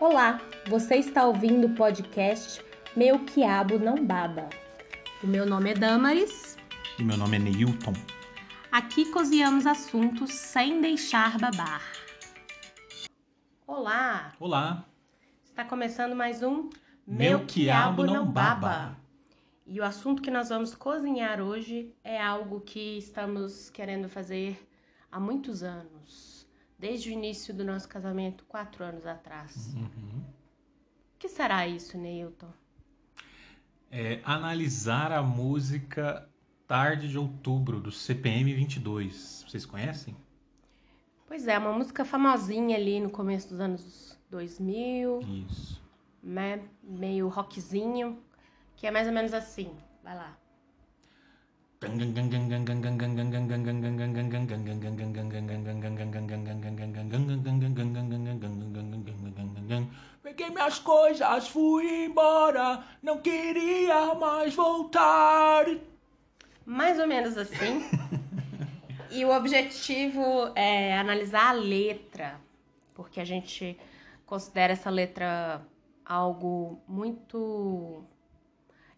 Olá, você está ouvindo o podcast Meu Quiabo Não Baba. O meu nome é Damaris. E meu nome é Neilton. Aqui cozinhamos assuntos sem deixar babar. Olá, Olá, está começando mais um Meu Quiabo Não Baba. E o assunto que nós vamos cozinhar hoje é algo que estamos querendo fazer há muitos anos, desde o início do nosso casamento, quatro anos atrás. Uhum. O que será isso, Neilton? É analisar a música Tarde de Outubro, do CPM 22. Vocês conhecem? Pois é, uma música famosinha ali no começo dos anos 2000, Isso. né? Meio rockzinho, que é mais ou menos assim. Vai lá. Peguei minhas coisas, fui embora, não queria mais voltar. Mais ou menos assim. e o objetivo é analisar a letra, porque a gente considera essa letra algo muito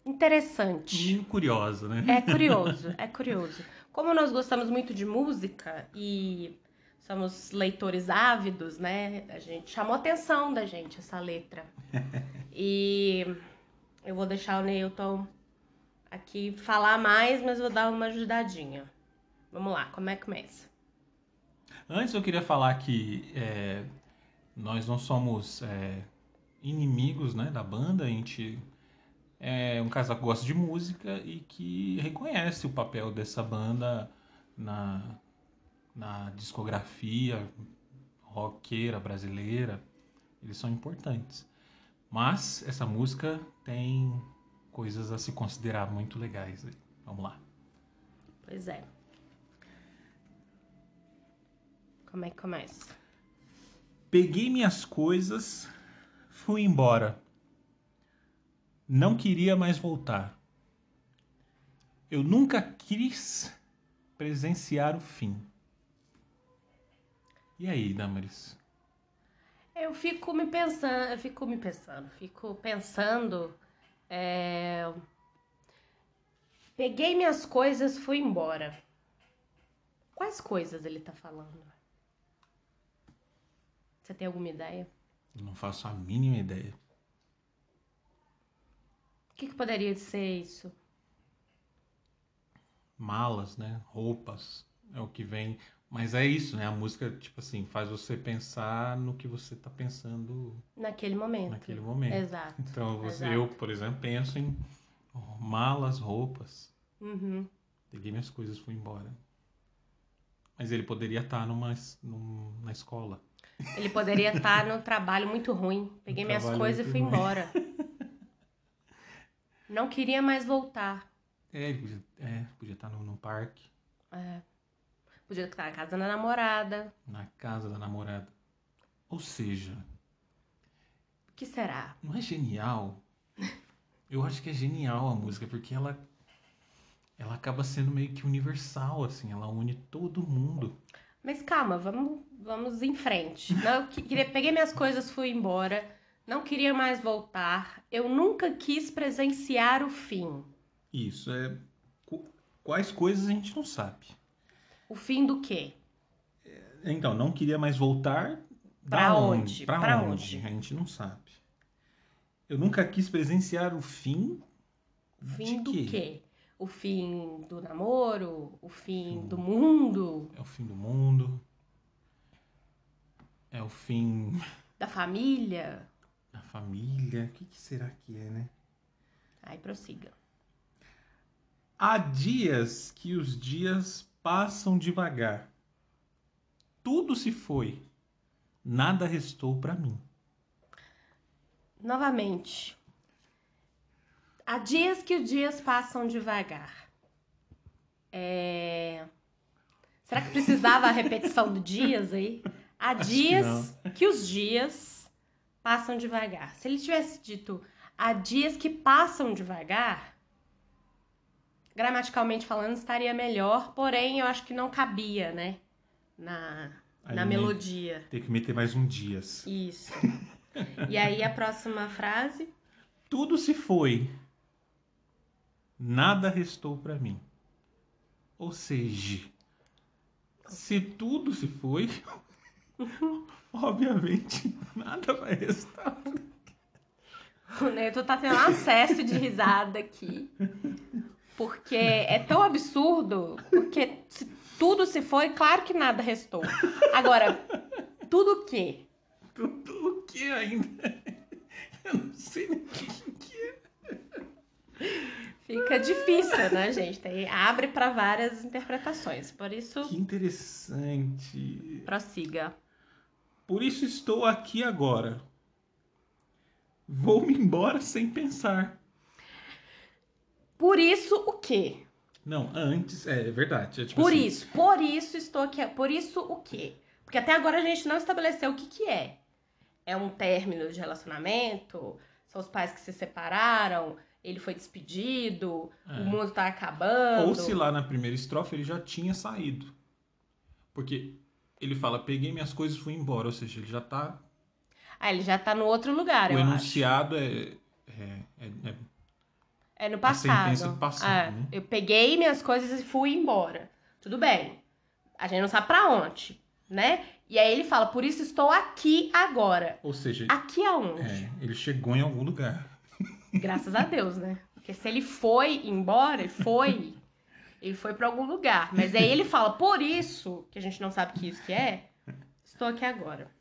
interessante. Meio curiosa, né? É curioso, é curioso. Como nós gostamos muito de música e somos leitores ávidos, né? A gente chamou atenção da gente essa letra. E eu vou deixar o Newton aqui falar mais, mas vou dar uma ajudadinha. Vamos lá, como é que começa? Antes eu queria falar que é, nós não somos é, inimigos né, da banda, a gente é um casal que gosta de música e que reconhece o papel dessa banda na, na discografia roqueira brasileira. Eles são importantes. Mas essa música tem coisas a se considerar muito legais. aí. Vamos lá. Pois é. Como é que começa? Peguei minhas coisas, fui embora. Não queria mais voltar. Eu nunca quis presenciar o fim. E aí, Damaris? Eu fico me pensando, eu fico me pensando, fico pensando. é, Peguei minhas coisas, fui embora. Quais coisas ele tá falando? Você tem alguma ideia? Não faço a mínima ideia. O que, que poderia ser isso? Malas, né? Roupas é o que vem. Mas é isso, né? A música, tipo assim, faz você pensar no que você tá pensando Naquele momento. naquele momento. Exato. Então, você, exato. eu, por exemplo, penso em malas, roupas. Uhum. Peguei minhas coisas e fui embora. Mas ele poderia estar numa, es- num- na escola. Ele poderia estar num trabalho muito ruim. Peguei minhas Um trabalho coisas e muito fui ruim. embora. Não queria mais voltar. É, ele podia, é, podia estar num, num parque, Podia estar na casa da namorada. na casa da namorada. Ou seja, O que será? não é genial? Eu acho que é genial a música, porque ela, ela acaba sendo meio que universal, assim. Ela une todo mundo. Mas calma, vamos, vamos em frente. Não, eu que- queria, peguei minhas coisas, fui embora. Não queria mais voltar. Eu nunca quis presenciar o fim. Isso, é... cu- Quais coisas a gente não sabe. O fim do quê? Então, não queria mais voltar. da Pra onde? Pra, Pra onde? onde? A gente não sabe. Eu nunca quis presenciar o fim. O fim de do quê? O fim do namoro? O fim do mundo? É o fim do mundo. É o fim Da família? da família. O que, que será que é, né? Aí prossiga. Há dias que os dias passam devagar. Tudo se foi. Nada restou pra mim. Novamente. Há dias que os dias passam devagar. É... Será que precisava a repetição do dias aí? Há Acho que dias que, os dias passam devagar. Se ele tivesse dito há dias que passam devagar, gramaticalmente falando, estaria melhor, porém eu acho que não cabia, né? Na, Aí na me- melodia. Tem que meter mais um dias. Isso. E aí a próxima frase. Tudo se foi. Nada restou pra mim. Ou seja, se tudo se foi, obviamente nada vai restar. O Neto tá tendo um acesso de risada aqui. Porque é tão absurdo, porque se tudo se foi, claro que nada restou. Agora, tudo o quê? Tudo o que ainda? é. Eu não sei nem o que que é. Fica difícil, né, gente? Tem, abre para várias interpretações. Por isso, Que interessante. prossiga. Por isso estou aqui agora. Vou-me embora sem pensar. Por isso, o quê? Não, antes, é, é verdade. É tipo Por assim, isso, por isso estou aqui. Por isso, o quê? Porque até agora a gente não estabeleceu o que, que é. É um término de relacionamento? São os pais que se separaram? Ele foi despedido? É. O mundo tá acabando? Ou se lá na primeira estrofe ele já tinha saído. Porque ele fala, peguei minhas coisas e fui embora. Ou seja, ele já tá. Ah, ele já tá no outro lugar, o eu acho. enunciado é, é- é- é- É no A sentença passado. do passado, É, né? Eu peguei minhas coisas e fui embora. Tudo bem. A gente não sabe pra onde, né? E aí ele fala, por isso estou aqui agora. Ou seja, Aqui aonde? é, ele chegou em algum lugar. Graças a Deus, né? Porque se ele foi embora, ele foi. Ele foi pra algum lugar. Mas aí ele fala, por isso, que a gente não sabe que isso que é, estou aqui agora.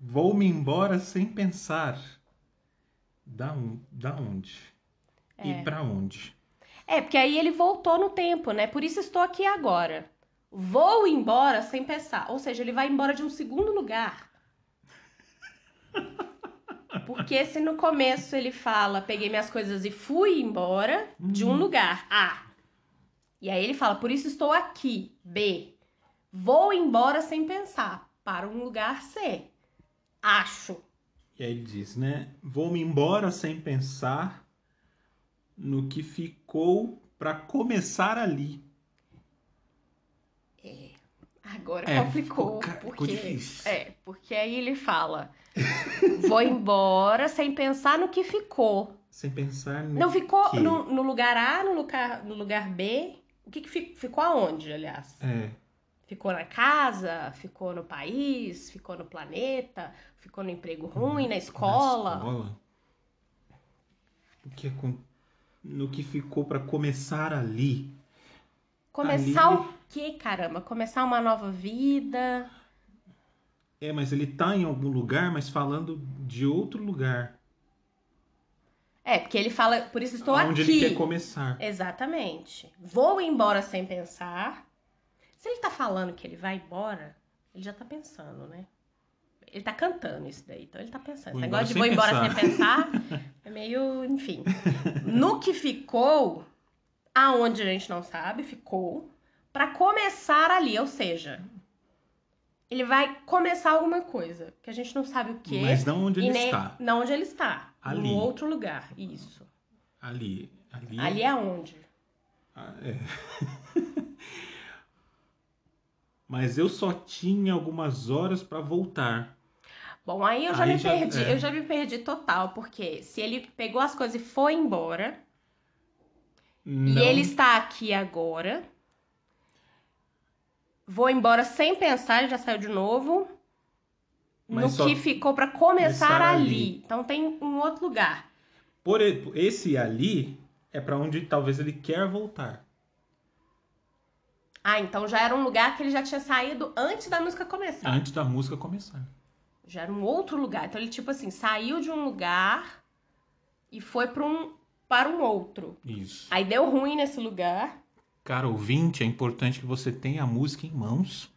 Vou-me embora sem pensar. Da, on- da onde? E É. pra onde? É, porque aí ele voltou no tempo, né? Por isso estou aqui agora. Vou embora sem pensar. Ou seja, ele vai embora de um segundo lugar. Porque se no começo ele fala, peguei minhas coisas e fui embora de um Hum. lugar, A. E aí ele fala, por isso estou aqui, B. Vou embora sem pensar, para um lugar C. Acho. E aí ele diz, né? Vou-me embora sem pensar no que ficou pra começar ali. Agora É, complicou, ficou ca- ficou porque difícil. é, porque aí ele fala: "Vou embora sem pensar no que ficou". Sem pensar no Não ficou que. no, no lugar A, no lugar no lugar B? O que, que fi- ficou aonde, aliás? É, Ficou na casa, ficou no país, ficou no planeta, ficou no emprego ruim, na Hum, Na escola. escola. O que acon- no que ficou pra começar ali. Começar Ali. o quê, caramba? Começar uma nova vida. É, mas ele tá em algum lugar, mas falando de outro lugar. É, porque ele fala, por isso estou onde aqui. ele quer começar. Exatamente. Vou embora sem pensar. Se ele tá falando que ele vai embora, ele já tá pensando, né? Ele tá cantando isso daí, então ele tá pensando. Vou Esse negócio de vou embora embora sem pensar é meio, enfim. No que ficou, aonde a gente não sabe, ficou, pra começar ali, ou seja, ele vai começar alguma coisa que a gente não sabe o que. Mas não onde e ele nem, está. Não onde ele está. Ali. Em outro lugar, isso. Ali. Ali. Ali é onde? Ah, é. Mas eu só tinha algumas horas pra voltar. Bom, aí eu já Aí me já- perdi, é. eu já me perdi total, porque se ele pegou as coisas e foi embora, Não, e ele está aqui agora, vou embora sem pensar, ele já saiu de novo, Mas no só que ficou para começar, começar ali. ali. Então tem um outro lugar. por e- esse ali é pra onde talvez ele quer voltar. Ah, então já era um lugar que ele já tinha saído antes da música começar. Antes da música começar. Já era um outro lugar. Então ele tipo assim, saiu de um lugar e foi para um para um outro. Isso. Aí deu ruim nesse lugar. Cara ouvinte, é importante que você tenha a música em mãos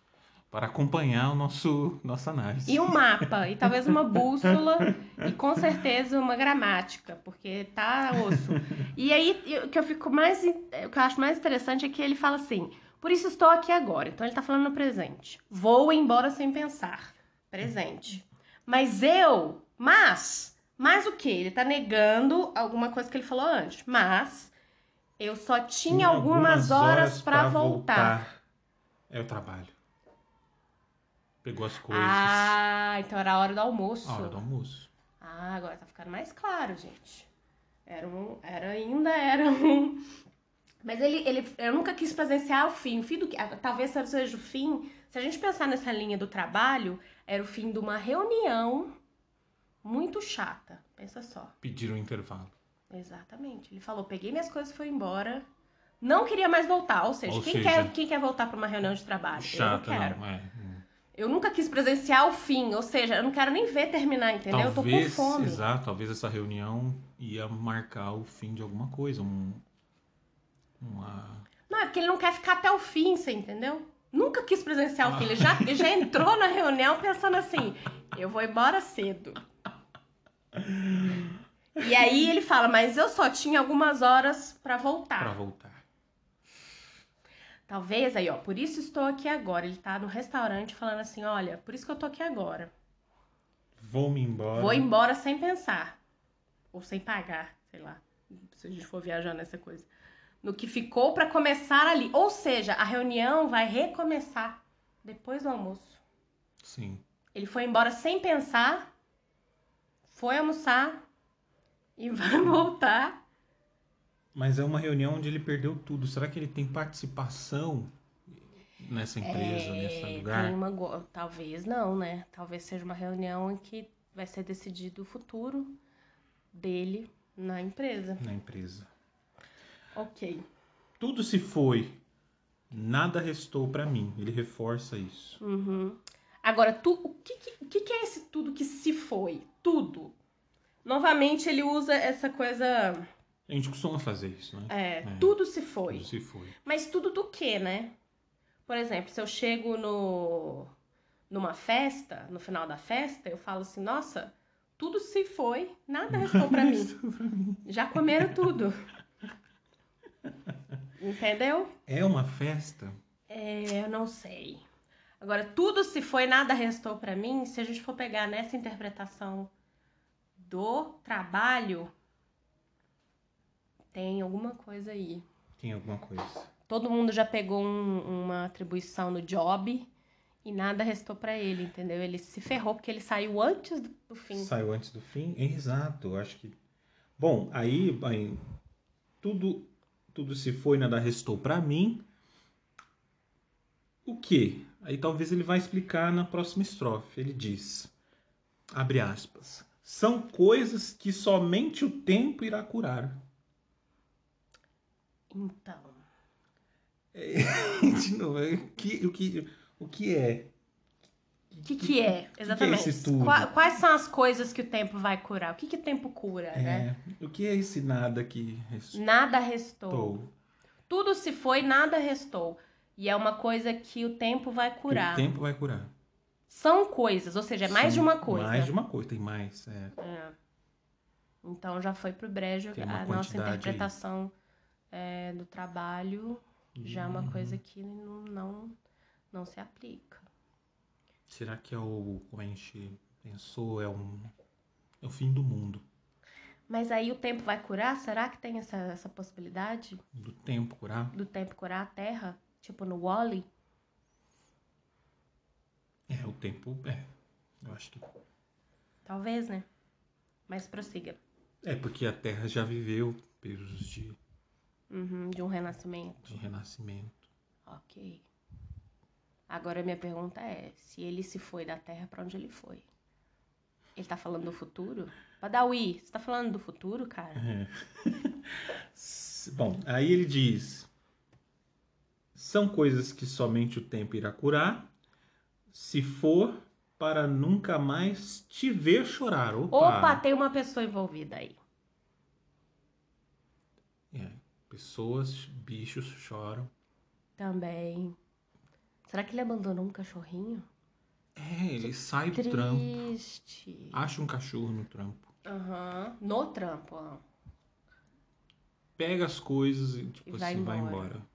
para acompanhar o nosso nossa análise. E um mapa, e talvez uma bússola, e com certeza uma gramática, porque tá osso. E aí, e o que eu fico mais. in- eh, O que eu acho mais interessante é que ele fala assim: por isso estou aqui agora. Então ele tá falando no presente. Vou embora sem pensar. Presente. Mas eu. Mas. Mas o quê? Ele tá negando alguma coisa que ele falou antes. Mas. Eu só tinha algumas horas pra pra voltar. É o trabalho. Pegou as coisas. Ah, então era a hora do almoço. a hora do almoço. Ah, agora tá ficando mais claro, gente. Era um. Era ainda, era um. Mas ele, ele, eu nunca quis presenciar o fim. O fim do que. ah, Talvez seja o fim. Se a gente pensar nessa linha do trabalho, era o fim de uma reunião muito chata. Pensa só. Pediram um intervalo. Exatamente. Ele falou: peguei minhas coisas e fui embora. Não queria mais voltar. Ou seja, Ou quem, seja, quer, quem quer voltar para uma reunião de trabalho? Chata, Ah, eu não quero. não. É. Eu nunca quis presenciar o fim. Ou seja, eu não quero nem ver terminar, entendeu? eu tô com Talvez, fome. exato, talvez essa reunião ia marcar o fim de alguma coisa. Um, uma. Não, é porque ele não quer ficar até o fim, você entendeu? Nunca quis presenciar o fim. Ele já, ele já entrou na reunião pensando assim: eu vou embora cedo. E aí ele fala: mas eu só tinha algumas horas pra voltar. pra voltar. Talvez aí, ó, por isso estou aqui agora. Ele tá no restaurante falando assim: olha, por isso que eu tô aqui agora. Vou-me embora. Vou embora sem pensar. Ou sem pagar, sei lá. Se a gente for viajar nessa coisa. No que ficou pra começar ali. Ou seja, a reunião vai recomeçar depois do almoço. Sim. Ele foi embora sem pensar, foi almoçar e vai voltar. Mas é uma reunião onde ele perdeu tudo. Será que ele tem participação nessa empresa, Tá nesse lugar? É, tem uma go- Talvez não, né? Talvez seja uma reunião em que vai ser decidido o futuro dele na empresa. Na empresa. Ok. Tudo se foi. Nada restou pra mim. Ele reforça isso. Uhum. Agora, tu, o que, que- o que que é esse tudo que se foi? Tudo. Novamente, ele usa essa coisa. A gente costuma fazer isso, né? É, É. tudo se foi. Tudo se foi. Mas tudo do quê, né? Por exemplo, se eu chego no numa festa, no final da festa, eu falo assim: nossa, tudo se foi, nada restou pra mim. Isso pra mim. Já comeram tudo. Entendeu? É uma festa? É, eu não sei. Agora, tudo se foi, nada restou pra mim. Se a gente for pegar nessa interpretação do trabalho, tem alguma coisa aí. Tem alguma coisa. Todo mundo já pegou um- uma atribuição no job e nada restou pra ele, entendeu? Ele se ferrou porque ele saiu antes do do fim. Saiu antes do fim? Exato, eu acho que. Bom, aí, aí, tudo tudo se foi, nada restou pra mim. O que? Aí talvez ele vai explicar na próxima estrofe. Ele diz, abre aspas, são coisas que somente o tempo irá curar. Então, De novo, é, o que, o que, o que é? o que, que é? Exatamente. esse tudo? Qua- Quais são as coisas que o tempo vai curar? O que, que o tempo cura, né? É, o que é esse nada que restou? Nada restou. Tudo se foi, nada restou. E é uma coisa que o tempo vai Que curar. O tempo vai curar. São coisas, ou seja, é mais São de uma coisa. Mais de uma coisa, tem mais. é. Então já foi pro brejo Tem uma a nossa quantidade aí. interpretação é, do trabalho já é Uhum. uma coisa que não, não, não se aplica. Será que é o. Como a gente pensou, é um. É o fim do mundo. Mas aí o tempo vai curar? Será que tem essa, essa possibilidade Do tempo curar? do tempo curar a Terra? Tipo no Wally? É, o tempo. É. Eu acho que. Talvez, né? Mas prossiga. É, porque a Terra já viveu períodos de, Uhum, de um renascimento. de renascimento. Ok. Agora minha pergunta é, se ele se foi da Terra, pra onde ele foi? Ele tá falando do futuro? Padawi, você tá falando do futuro, cara? É. S- Bom, aí ele diz: são coisas que somente o tempo irá curar, se for para nunca mais te ver chorar. Opa! Opa, tem uma pessoa envolvida aí. É, pessoas, bichos choram. Também. Será que ele abandonou um cachorrinho? É, ele sai do trampo, Triste. acha um cachorro no trampo, Aham. No trampo, ó. pega as coisas e tipo E vai assim, vai embora. embora.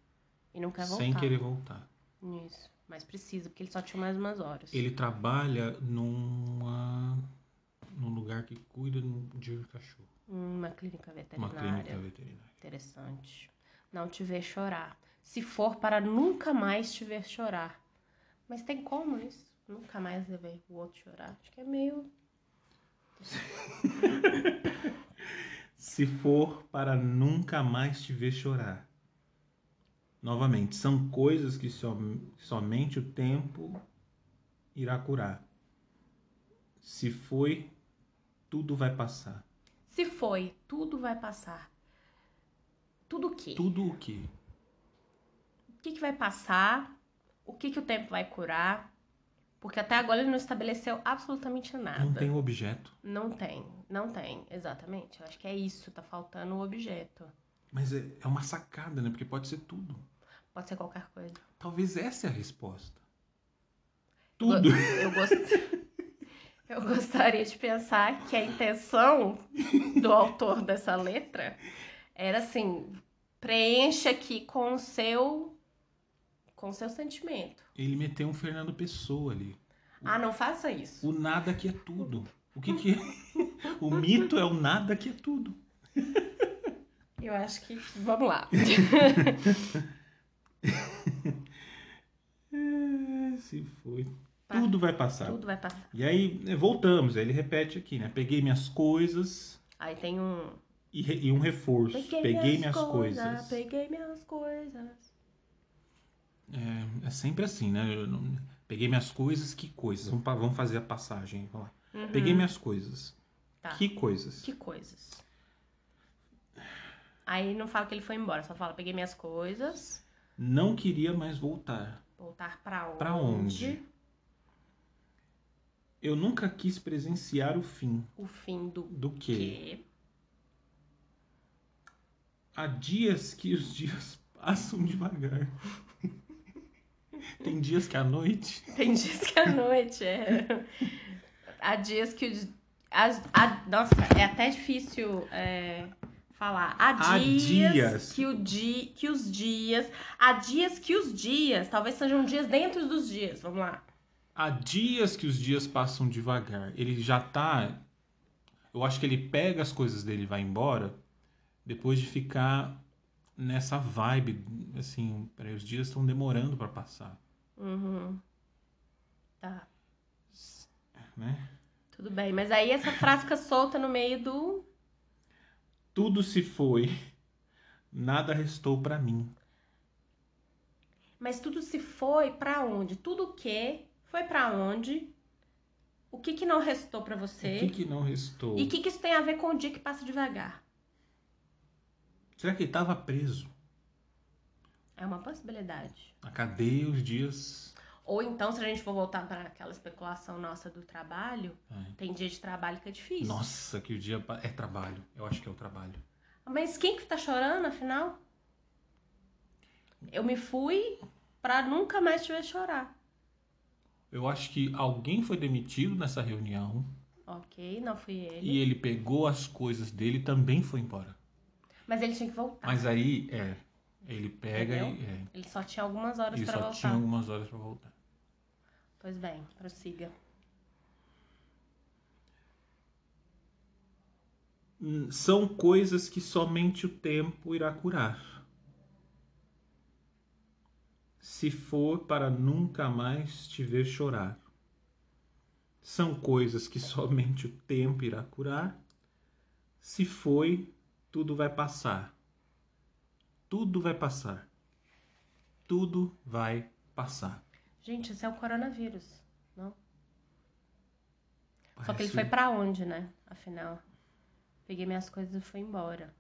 E não quer voltar. Sem querer voltar. Isso. Mas precisa, porque ele só tinha mais umas horas. Ele trabalha numa, num lugar que cuida de um cachorro. Hum, Uma clínica Uma veterinária. clínica veterinária. Interessante. Não te ver chorar. Se for para nunca mais te ver chorar. Mas tem como isso? Nunca mais levei o outro chorar. Acho que é meio. Se for para nunca mais te ver chorar. Novamente, são coisas que som- somente o tempo irá curar. Se foi, tudo vai passar. Se foi, tudo vai passar. Tudo o quê? Tudo o que? O que, que vai passar? O que, que o tempo vai curar? Porque até agora ele não estabeleceu absolutamente nada. Não tem objeto. Não tem, não tem, exatamente. Eu acho que é isso, tá faltando o objeto. Mas é, é uma sacada, né? Porque pode ser tudo. Pode ser qualquer coisa. Talvez essa é a resposta. Go- Tudo. Eu, gost- eu gostaria de pensar que a intenção do autor dessa letra era assim: preencha aqui com o seu, com o seu sentimento. Ele meteu um Fernando Pessoa ali. Ah, não faça isso. O nada que é tudo. O que que é? O mito é o nada que é tudo. Eu acho que. Vamos lá. É, se foi. Tudo vai passar. Tudo vai passar. E aí, né, voltamos. Aí ele repete aqui, né? Peguei minhas coisas Aí tem um. e, re- e um reforço. Peguei, minhas coisas. Peguei minhas coisas. É sempre assim, né? Eu não- Peguei minhas coisas, que coisas? Vamos, pa- vamos fazer a passagem. Vamos lá. Uhum, Peguei minhas coisas. tá. Que coisas? Que coisas? Aí não fala que ele foi embora, só fala: peguei minhas coisas. Não queria mais voltar. Voltar pra onde? Pra onde? Eu nunca quis presenciar o fim. O fim do Do que? quê? Há dias que os dias passam devagar. Tem dias que a noite. Tem dias que a noite é. Há dias que. os- as- há- nossa, é até difícil é, falar. Há Há dias, dias. Que, o di, que os dias. Há dias que os dias. Talvez sejam dias dentro dos dias. Vamos lá. Há dias que os dias passam devagar. Ele já tá. Eu acho que ele pega as coisas dele e vai embora. Depois de ficar nessa vibe. Assim, peraí, os dias estão demorando pra passar. Uhum. Tá. Né? Tudo bem. Mas aí essa frase fica solta no meio do. Tudo se foi. Nada restou pra mim. Mas tudo se foi pra onde? Tudo o que foi pra onde? O que, que não restou pra você? O que, que não restou? E o que, que isso tem a ver com o dia que passa devagar? Será que ele tava preso? É uma possibilidade. Na cadeia os dias. Ou então, se a gente for voltar para aquela especulação nossa do trabalho, Ai. tem dia de trabalho que é difícil. Nossa, que o dia pa- é trabalho. Eu acho que é o trabalho. Mas quem que tá chorando, afinal? Eu me fui pra nunca mais te ver chorar. Eu acho que alguém foi demitido nessa reunião Ok, não fui ele. e ele pegou as coisas dele e também foi embora. Mas ele tinha que voltar. Mas aí, é, ele pega e é, Ele só tinha algumas horas ele pra só voltar. tinha um algumas horas pra voltar. Pois bem, prossiga. Hum, São coisas que somente o tempo irá curar. Se for para nunca mais te ver chorar. São coisas que somente o tempo irá curar. Se foi, tudo vai passar. Tudo vai passar. Tudo vai passar. Gente, esse é o coronavírus. Só que ele Parece- foi pra onde, né? Afinal, peguei minhas coisas e fui embora.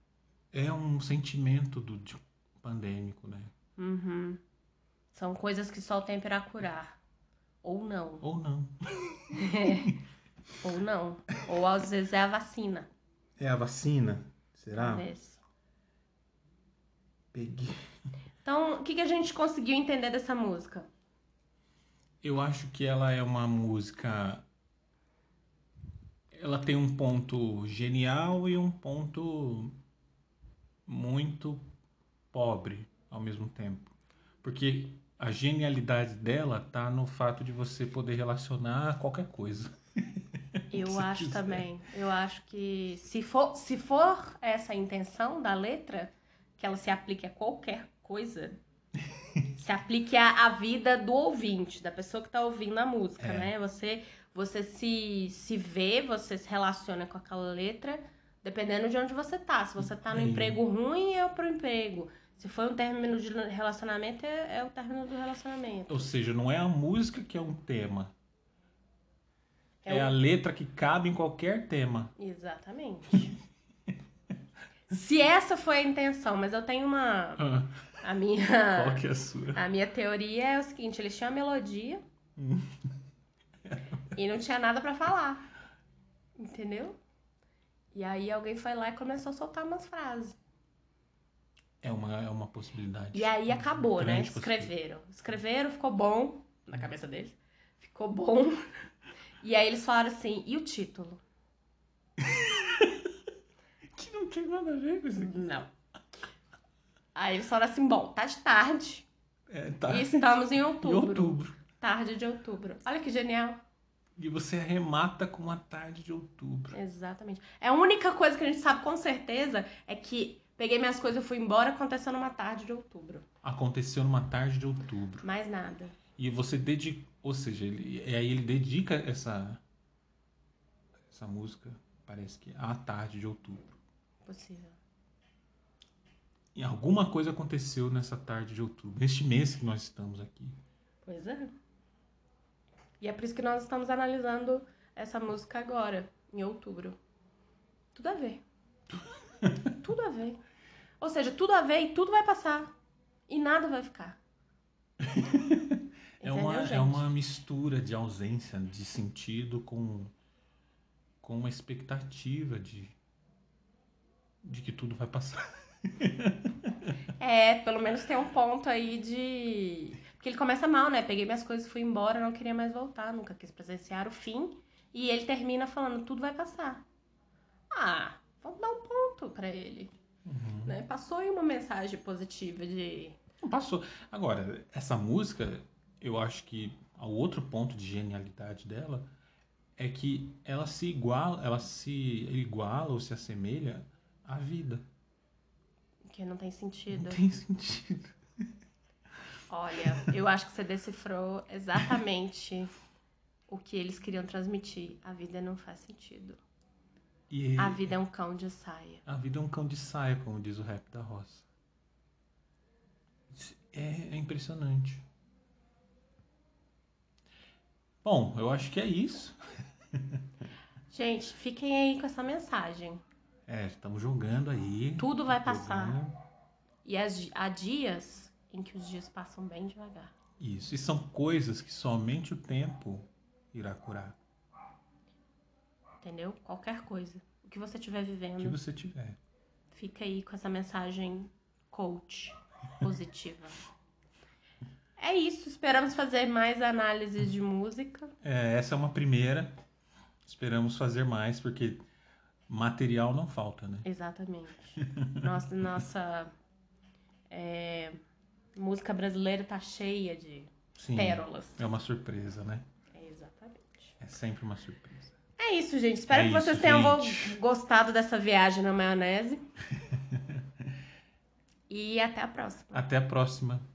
É um sentimento do de um pandêmico, né? Uhum. São coisas que só o tempo irá curar. Ou não. Ou não. Ou não. Ou às vezes é a vacina. É a vacina? Será? Talvez. Peguei. Então, o que, que a gente conseguiu entender dessa música? Eu acho que ela é uma música. Ela tem um ponto genial e um ponto muito pobre ao mesmo tempo. Porque a genialidade dela tá no fato de você poder relacionar qualquer coisa. Eu Se acho quiser. também. Eu acho que se for, se for essa a intenção da letra, que ela se aplique a qualquer coisa, se aplique à, à vida do ouvinte, da pessoa que está ouvindo a música, É. né? Você, você se, se vê, você se relaciona com aquela letra, dependendo de onde você tá. Se você tá no Aí. emprego ruim, é pro emprego. Se foi um término de relacionamento, é, é o término do relacionamento. Ou seja, não é a música que é um tema. É É, o- a letra que cabe em qualquer tema. Exatamente. se essa foi a intenção, mas eu tenho uma. Ah, A minha. Qual que é a sua? A minha teoria é o seguinte, eles tinham a melodia Hum. e não tinha nada pra falar. Entendeu? E aí alguém foi lá e começou a soltar umas frases. É uma, é uma possibilidade. E aí acabou, né? Grande possibilidade. Escreveram. Escreveram, ficou bom na cabeça deles. Ficou bom. E aí eles falaram assim, e o título? Que não tem nada a ver com isso aqui. Não. Aí eles falaram assim, bom, tá de tarde. É, tá. E estamos em Em é outubro. outubro. Tarde de outubro. Olha que genial. E você arremata com uma tarde de outubro. Exatamente. É a única coisa que a gente sabe com certeza é que peguei minhas coisas e fui embora, aconteceu numa tarde de outubro. Aconteceu numa tarde de outubro. Mais nada. E você dedica. Ou seja, ele, e aí ele dedica essa. Essa música, parece que, à tarde de outubro. Possível. E alguma coisa aconteceu nessa tarde de outubro, neste mês que nós estamos aqui. Pois é. E é por isso que nós estamos analisando essa música agora, em outubro. Tudo a ver. tudo a ver. Ou seja, tudo a ver e tudo vai passar. E nada vai ficar. É uma, Entendeu, é gente? uma mistura de ausência de sentido com, com uma expectativa de, de que tudo vai passar. É, pelo menos tem um ponto aí de. Porque ele começa mal, né? Peguei minhas coisas, fui embora, não queria mais voltar, nunca quis presenciar o fim. E ele termina falando: tudo vai passar. Ah, vamos dar um ponto pra ele. Uhum. Né? Passou aí uma mensagem positiva de. Não passou. Agora, essa música, eu acho que o outro ponto de genialidade dela é que ela se iguala, ela se iguala ou se assemelha à vida. que não tem Não sentido. tem sentido. Olha, eu acho que você decifrou exatamente o que eles queriam transmitir. A vida não faz sentido. E A vida é um cão de saia. a vida é um cão de saia, como diz o rap da roça. É, é impressionante. Bom, eu acho que é isso. Gente, fiquem aí com essa mensagem. É, estamos jogando aí. Tudo vai passar. Jogando. E as di- há dias em que os dias passam bem devagar. Isso, e são coisas que somente o tempo irá curar. Entendeu? Qualquer coisa. O que você estiver O que vivendo, você tiver. fica aí com essa mensagem coach positiva. é isso. Esperamos fazer mais análises de música. É, essa é uma primeira. Esperamos fazer mais, porque material não falta, né? Exatamente. Nossa, nossa é, música brasileira tá cheia de Sim. pérolas. É uma surpresa, né? É, exatamente. É sempre uma surpresa. É isso, gente. Espero É que vocês isso, tenham go- gente. gostado dessa viagem na maionese. e até a próxima. Até a próxima.